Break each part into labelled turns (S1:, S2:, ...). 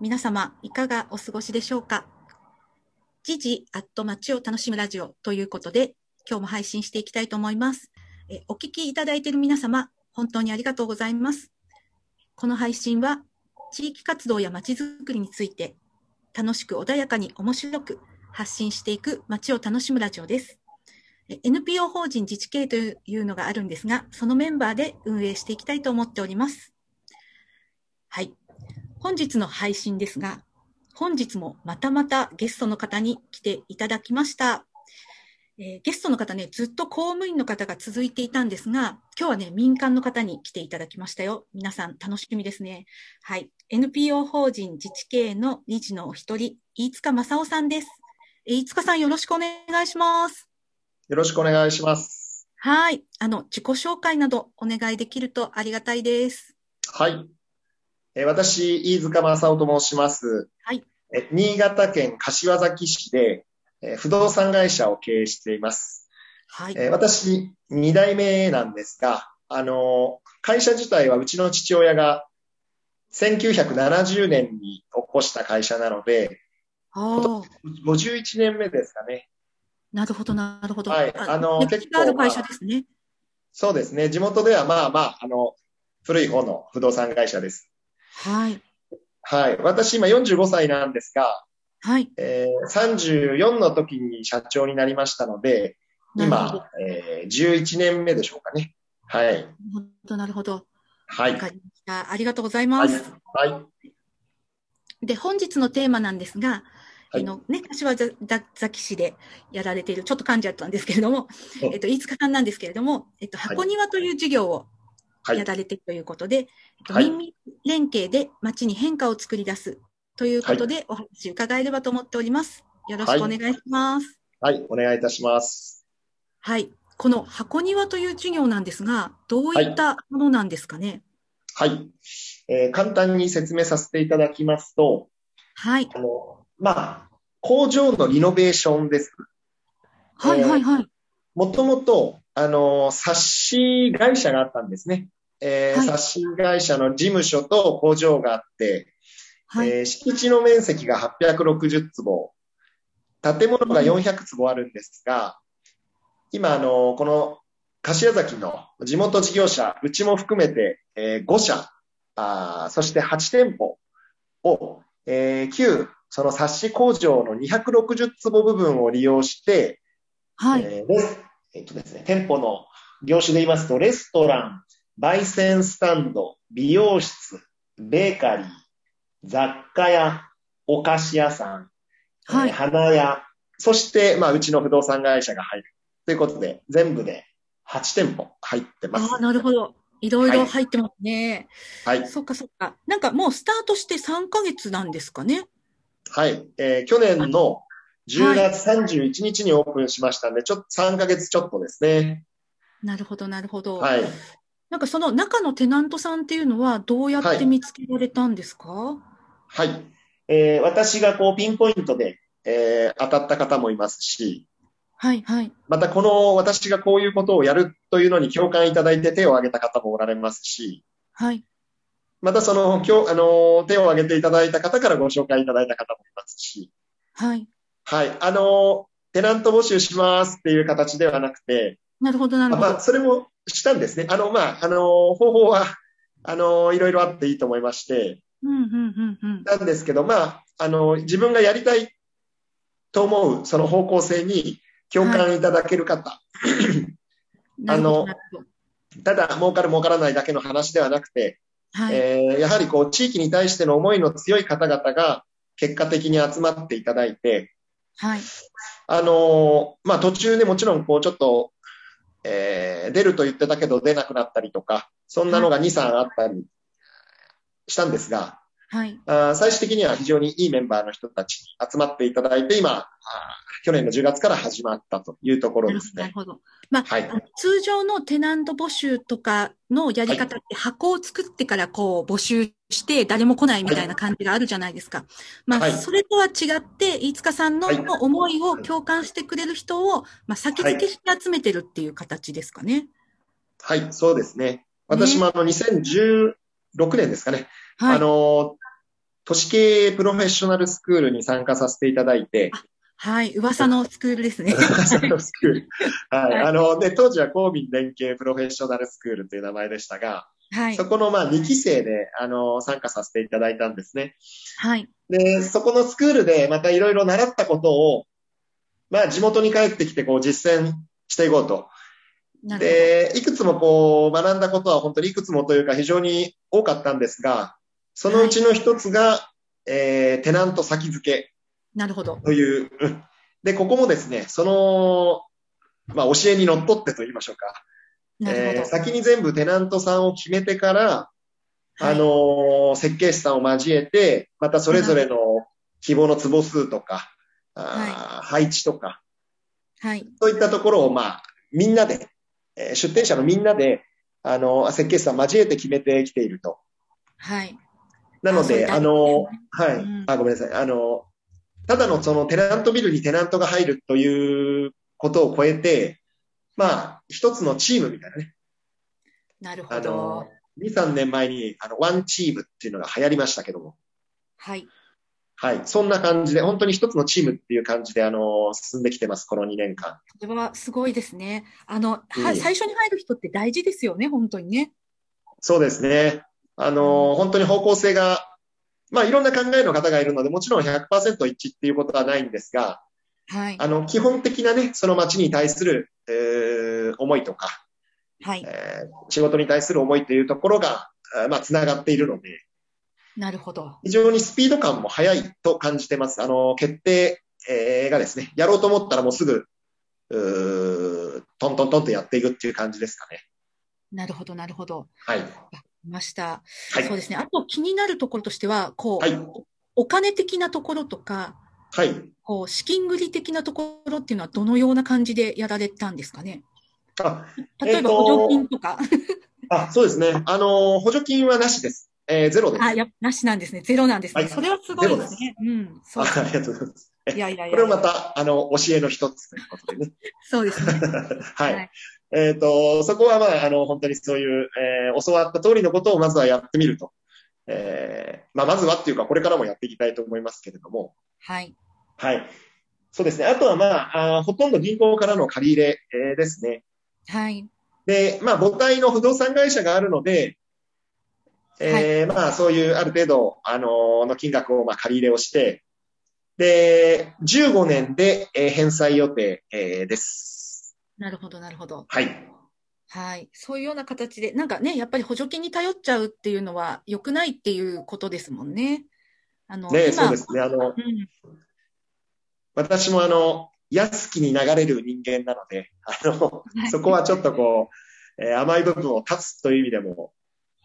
S1: 皆様、いかがお過ごしでしょうか時事アット街を楽しむラジオということで、今日も配信していきたいと思います。えお聞きいただいている皆様、本当にありがとうございます。この配信は、地域活動やまちづくりについて、楽しく穏やかに面白く発信していく街を楽しむラジオです。え NPO 法人自治系というのがあるんですが、そのメンバーで運営していきたいと思っております。はい。本日の配信ですが、本日もまたまたゲストの方に来ていただきました。えーゲストの方ね、ずっと公務員の方が続いていたんですが、今日はね、民間の方に来ていただきましたよ。皆さん楽しみですね。はい。NPO 法人自治系の理事のお一人、飯塚正夫さんです。えー飯塚さんよろしくお願いします。
S2: よろしくお願いします。
S1: はい。あの、自己紹介などお願いできるとありがたいです。
S2: はい。えー私、飯塚正夫と申します。
S1: はい
S2: えー。新潟県柏崎市で、えー不動産会社を経営しています。
S1: はい。
S2: えー私、2代目なんですが、あのー会社自体はうちの父親が1970年に起こした会社なので、
S1: ああ、
S2: 51年目ですかね。
S1: なるほど、なるほど。
S2: はいあの
S1: 歴史がある
S2: 結構まあ
S1: 会社ですね。
S2: そうですね。地元ではまあまあ、あの、古い方の不動産会社です。
S1: はい。
S2: はい。私今45歳なんですが、
S1: はい。
S2: えー34の時に社長になりましたので、
S1: なるほど
S2: 今、えー11年目でしょうかね。はい。
S1: なるほど、なるほど。
S2: はい。
S1: わ
S2: は
S1: か
S2: い。
S1: りました。ありがとうございます。
S2: はい。
S1: で、本日のテーマなんですが、
S2: はい
S1: あのね、柏崎市でやられている、ちょっと噛んじゃったんですけれども、
S2: うん
S1: えっと、飯塚さんなんですけれども、えっと、
S2: はい
S1: 箱庭という事業を
S2: は
S1: や
S2: い。
S1: られているということで、えっと
S2: はい
S1: 民民連携で街に変化を作り出すということで、お話伺えればと思っております。よろしくお願いします。
S2: はい。お願いいたします。
S1: はい。この箱庭という授業なんですが、どういったものなんですかね。
S2: はい。えー簡単に説明させていただきますと、
S1: はい。
S2: あの、まあ、工場のリノベーションです。
S1: はい、
S2: えー
S1: はい、はい。
S2: もともと、あの、冊子会社があったんですね。えー
S1: はい
S2: 冊子会社の事務所と工場があって、
S1: はい。
S2: えー敷地の面積が860坪、建物が400坪あるんですが、今、あのこの柏崎の地元事業者、うちも含めて、え5社あー、そして8店舗を、えー旧その冊子工場の260坪部分を利用して、
S1: はい。
S2: えーレスえっとですね、店舗の業種で言いますと、レストラン、焙煎スタンド、美容室、ベーカリー、雑貨屋、お菓子屋さん、
S1: は
S2: えー
S1: い。
S2: 花屋、そして、まあ、うちの不動産会社が入る。ということで、全部で8店舗入ってます
S1: ああ、。なるほど。いろいろ入ってますね。
S2: はい。
S1: そっかそっか。なんかもうスタートして3ヶ月なんですかね。
S2: はい。えー去年の10月31日にオープンしましたんで、ちょっと3ヶ月ちょっとですね。
S1: なるほど、なるほど。
S2: はい。
S1: なんかその中のテナントさんっていうのはどうやって見つけられたんですかは
S2: はい。えー私がこうピンポイントで、えー当たった方もいますし、
S1: い、はい。
S2: またこの私がこういうことをやるというのに共感いただいて手を挙げた方もおられますし、
S1: はい。
S2: またその、今日、あのー手を挙げていただいた方からご紹介いただいた方もいますし、
S1: はい。
S2: はい。あのーテナント募集しますっていう形ではなくて、
S1: なるほど、なるほ
S2: まあ、
S1: ど。
S2: それもしたんですね。あの、まあ、あのー方法は、あのーいろいろあっていいと思いまして、
S1: うん、うん、うん、うん。
S2: なんですけど、まあ、あの、自分がやりたいと思う、その方向性に共感いただける方、
S1: なるほど
S2: あの
S1: なるほど
S2: ただ、儲かる儲からないだけの話ではなくて、
S1: はい。
S2: えーやはりこう、地域に対しての思いの強い方々が、結果的に集まっていただいて、
S1: はい。
S2: あのーまあ、途中でもちろん、こう、ちょっと、えー出ると言ってたけど出なくなったりとか、そんなのが2、3あったりしたんですが、
S1: はい。
S2: あー最終的には非常にいいメンバーの人たちに集まっていただいて、今、あー去年の10月から始まったというところ
S1: なるほ
S2: です
S1: ど、なる
S2: ね。
S1: ほど。まあ、
S2: はい
S1: あの通常のテナント募集とかのやり方って箱を作ってからこう募集して誰も来ないみたいな感じがあるじゃないですか。まあ、
S2: はい
S1: それとは違って、飯塚さんの
S2: はい
S1: 思いを共感してくれる人を、まあ、先付けして集めてるっていう形ですかね。
S2: はい、そうですね。私もあの2016年ですかね。
S1: はい。
S2: あのー、都市経営プロフェッショナルスクールに参加させていただいて、
S1: はい。噂のスクールです ね。
S2: 朝のスクール。はい。
S1: はい
S2: あの、で、当時は公民連携プロフェッショナルスクールという名前でしたが、
S1: はい
S2: そ。この、まあ、2期生で、あの、参加させていただいたんですね。
S1: はい。
S2: で、そこのスクールで、またいろいろ習ったことを、まあ、地元に帰ってきて、こう、実践していこうと。
S1: なる
S2: で、いくつもこう、学んだことは本当にいくつもというか非常に多かったんですが、そのうちの一つが、えーテナント先付け
S1: なるほど。
S2: という、うんで、ここもですね、その、まあ、教えにのっとってと言いましょうか。
S1: なるほ
S2: えー
S1: ど。
S2: 先に全部テナントさんを決めてから、
S1: はい
S2: あのー設計士さんを交えて、またそれぞれの希望の坪数とか、あー配置とか、
S1: はい。
S2: そういったところを、まあ、みんなで、えー出店者のみんなで、あのー設計士さん交えて決めてきていると。
S1: はい。
S2: なの
S1: そうい
S2: で、
S1: った
S2: あのーはい、
S1: うん
S2: あ、ごめんなさい。あのーただのそのテナントビルにテナントが入るということを超えて、まあ、一つのチームみたいなね。
S1: なるほ
S2: あの
S1: ど。、
S2: 2、3年前に、あの、ワンチームっていうのが流行りましたけども。
S1: はい。
S2: はい。そんな感じで、本当に一つのチームっていう感じで、あの、進んできてます、この2年間。
S1: それはすごいですね。あの、
S2: いえいえ
S1: は最初に入る人って大事ですよね、本当にね。
S2: そうですね。あの、本当に方向性が、まあ、いろんな考えの方がいるので、もちろん100%一致っていうことはないんですが、
S1: はい。
S2: あの、基本的なね、その街に対する、えー思いとか、
S1: はい。
S2: えー仕事に対する思いというところが、あーまあ、つながっているので、
S1: なるほど。
S2: 非常にスピード感も速いと感じてます。あの、決定えーがですね、やろうと思ったらもうすぐ、うートントントンとやっていくっていう感じですかね。
S1: なるほど、なるほど。
S2: はい。
S1: ました。
S2: はい。
S1: そうですね。あと気になるところとしては、こう、
S2: はい
S1: お金的なところとか、
S2: はい。
S1: こう資金繰り的なところっていうのはどのような感じでやられたんですかね。
S2: あ、
S1: 例えば
S2: えーと
S1: 補助金と か、
S2: あそうですね。あの、補助金はなしです。えーゼロです。
S1: あ、やっぱなしなんですね。ゼロなんですね。
S2: はい
S1: それはすごいですね。うん、そう
S2: あありがとうございます。
S1: いやいやい
S2: これ
S1: や
S2: も。また、あの、教えの一つと いうことでね。
S1: そうですね。
S2: はい。
S1: はい
S2: えっ、と、そこはまあ、あの、本当にそういう、えー教わった通りのことをまずはやってみると。えーまあ、まずはっていうか、これからもやっていきたいと思いますけれども。
S1: はい。
S2: はい。そうですね。あとはまあ、あーほとんど銀行からの借り入れ、えーですね。
S1: はい。
S2: で、まあ、母体の不動産会社があるので、えーまあ、そういうある程度、あのーの金額をまあ借り入れをして、で、15年で、えー返済予定、えーです。
S1: なるほど、なるほど。
S2: はい。
S1: はい。そういうような形で、なんかね、やっぱり補助金に頼っちゃうっていうのは良くないっていうことですもんね。あの、
S2: ね、
S1: 今、
S2: そうですね。あの、
S1: うん、
S2: 私もあの、安きに流れる人間なので、あの、
S1: はい
S2: そこはちょっとこう、えー甘い部分を断つという意味でも、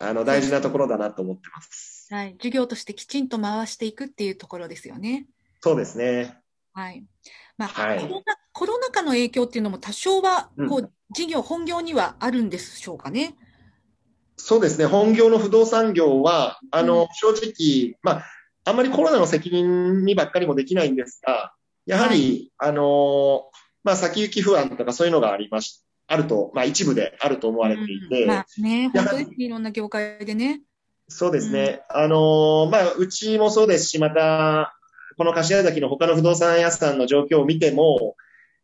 S2: あの、大事なところだなと思ってます。
S1: はい。授業としてきちんと回していくっていうところですよね。
S2: そうですね。
S1: はい。まあ、
S2: はい
S1: コロナ、コロナ禍の影響っていうのも多少は、
S2: うん
S1: こう、事業、本業にはあるんでしょうかね。
S2: そうですね。本業の不動産業は、あ
S1: う
S2: の
S1: ん、
S2: 正直、まあ、あんまりコロナの責任にばっかりもできないんですが、やはり、あの、まあ、先行き不安とかそういうのがありまし、あると、まあ、一部であると思われていて、
S1: うんまあね、
S2: や
S1: 本
S2: は
S1: 当で
S2: り
S1: すね。いろんな業界でね。
S2: そうですね。あの、まあ、うちもそうですし、また、この柏崎の他の不動産屋さんの状況を見ても、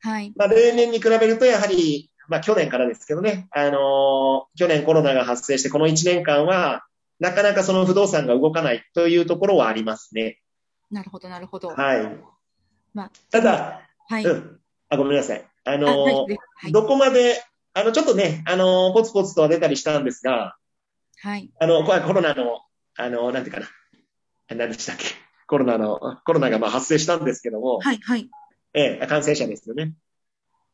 S1: はい。
S2: まあ、例年に比べると、やはり、まあ、去年からですけどね、あのー去年コロナが発生して、この1年間は、なかなかその不動産が動かないというところはありますね。
S1: なるほど、なるほど。
S2: はい。
S1: まあ
S2: ただ、
S1: はい。
S2: うん。あ、ごめんなさい。あ
S1: あ大丈
S2: の
S1: 夫
S2: ー
S1: ですはい。
S2: どこまで、あの、ちょっとね、あのーポツポツとは出たりしたんですが、
S1: はい。
S2: あの、こコロナの、あのなんていうかな。あ何でしたっけ。コロナの、コロナがまあ発生したんですけども、
S1: はい。はい。
S2: ええ、感染者ですよね。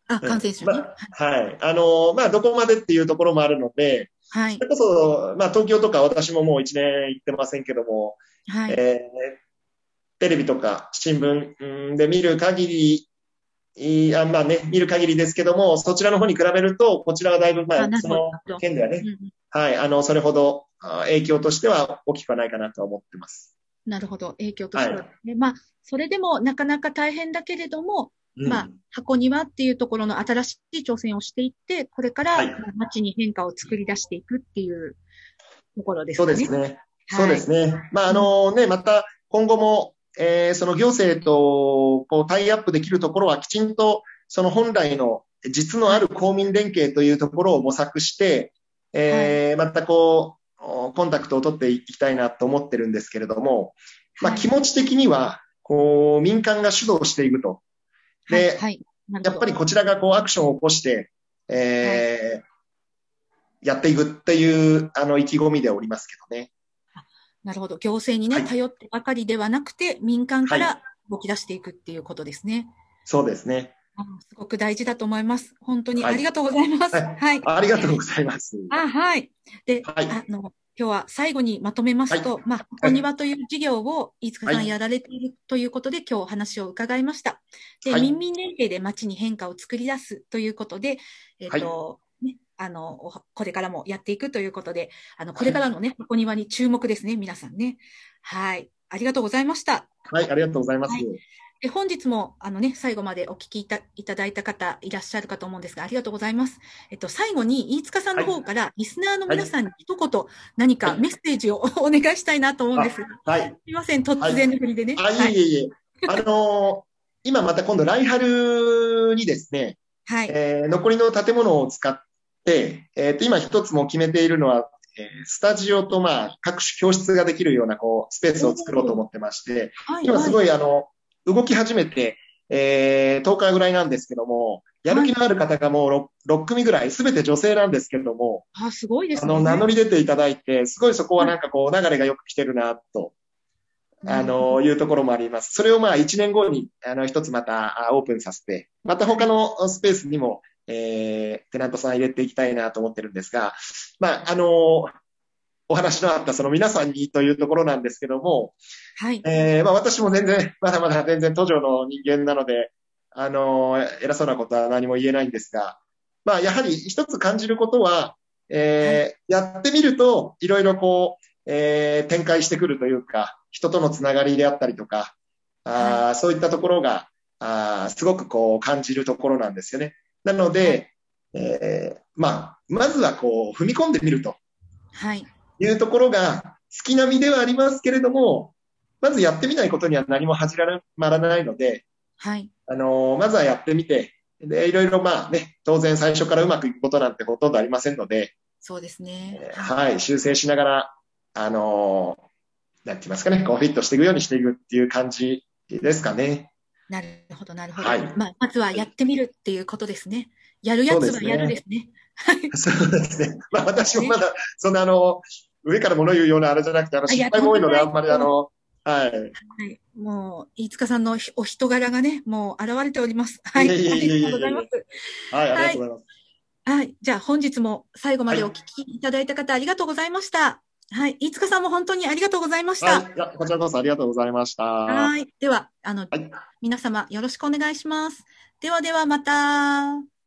S1: あ、
S2: うん
S1: 感染症ね。
S2: まあはい。あのーまあ、どこまでっていうところもあるので、
S1: はい
S2: そ。れこそ、まあ、東京とか私ももう1年行ってませんけども、
S1: はい。
S2: えーテレビとか新聞うんで見る限り、いいあまあね、見る限りですけども、そちらの方に比べると、こちらはだいぶ、ま
S1: あ
S2: あ、
S1: なる
S2: そ
S1: ほど
S2: の
S1: なるほど
S2: 件ではね
S1: うん、うん
S2: はい、あの、それほどあ影響としては大きくはないかなとは思ってます。
S1: なるほど。影響としては、
S2: は
S1: ねまあ、それでもなかなか大変だけれども、
S2: うん
S1: まあ、箱庭っていうところの新しい挑戦をしていって、これから
S2: はい
S1: 街に変化を作り出していくっていうところです
S2: そう
S1: ね。
S2: ですね。そうですね。まあ、あのね、また今後も、えーその行政とこうタイアップできるところはきちんとその本来の実のある公民連携というところを模索して、えーまたこう、おコンタクトを取っていきたいなと思ってるんですけれども、まあ、気持ち的には、こう、民間が主導していくと。で、
S3: はいはい、なる
S2: や
S3: ほど
S2: っぱりこちらがこうアクションを起こして、えーやっていくっていう、あの、意気込みでおりますけどね。
S1: なるほど。行政にね、
S2: はい
S1: 頼ってばかりではなくて、民間か
S2: は
S1: ら動き出していくっていうことですね。
S2: そうですね。
S1: あのすごく大事だと思います。本当に
S2: は
S1: あ
S2: い
S1: りがとうございます。
S2: はい
S1: はい。
S2: ありがとうございます。
S1: あ、はい。で、
S2: はい
S1: あの、今日は最後にまとめますと、まあ、ここにはという事業を飯塚さ
S2: は
S1: ん
S2: い
S1: やられているということで、今日お話を伺いました。で、
S2: はい
S1: 民民連携で街に変化を作り出すということで、えっ、と、ね、あの、おこれからもやっていくということで、あの、これからのね、ここにはに注目ですね、皆さんね。はい。ありがとうございました。
S2: はい、ありがとうございます。
S1: はいで本日もあの、ね、最後までお聞きいたいただいた方いらっしゃるかと思うんですが、ありがとうございます。えっと、最後に飯塚さんの方から、リスナーの皆さんに一言、何かメッセージを お願いしたいなと思うんですが、
S2: はい。
S1: すみません、突然の振りでね。
S2: あ、いえいえいえ。あのー今また今度来春にですね、
S1: はい、
S2: えー残りの建物を使って、えーと今一つもう決めているのは、えースタジオとまあ各種教室ができるようなこうスペースを作ろうと思ってまして、
S1: はい、
S2: 今すご
S1: い。
S2: いあの、動き始めて、えー10日ぐらいなんですけども、やる気のある方がもう 6, 6組ぐらい、すべて女性なんですけども、
S1: あ、すごいです
S2: あ
S1: ね。
S2: の、名乗り出ていただいて、すごいそこはなんかこう、流れがよく来てるな、と、あの、いうところもあります。それをまあ、1年後に、あの、一つまたあオープンさせて、また他のスペースにも、えー、テナントさん入れていきたいなと思ってるんですが、まあ、あの、お話のあったその皆さんにというところなんですけども、
S1: はい、
S2: えーまあ、私も全然、 まだまだ全然途上の人間なので、あのー偉そうなことは何も言えないんですが、まあ、やはり一つ感じることは、えーやってみると、いろいろこう、えー展開してくるというか、人とのつながりであったりとか、あーそういったところが、あーすごくこう感じるところなんですよね。なので、えーまあ、まずはこう、踏み込んでみると。
S1: はい、
S2: いうところが月並みではありますけれども、まずやってみないことには何も始まらないので、
S1: はい、
S2: あのまずはやってみて、で、いろいろまあね、当然最初からうまくいくことなんてほとんどありませんので、
S1: そうですね
S2: え。ーはい、修正しながら、あのなんて言いますかね、こうフィットしていくようにしていくっていう感じですかね。
S1: なるほど、なるほど。
S2: はい
S1: まあ、まずはやってみるっていうことですね。やるやつはやるですね。
S2: そうですね。まあ私もまだ、そんなあの、上から物言うようなあれじゃなくて、あの、失敗も多いので、あんまりあの、は
S1: は
S2: い。
S1: い、もう、飯塚さんのお人柄がね、もう現れております。はい、
S2: いえいえ
S1: あ
S2: いえいえ
S1: り
S2: いえ
S1: がとうございます。
S2: はい、ありがとうございます。
S1: はい。じゃあ本日も最後まで
S2: は
S1: お
S2: い
S1: 聞きいただいた方ありがとうございました。はい。飯塚さんも本当にありがとうございまし
S2: はい
S1: た。
S2: いや、こちらこそありがとうございました。
S1: はい。では、あの
S2: はい、
S1: 皆様よろしくお願いします。ではではまた。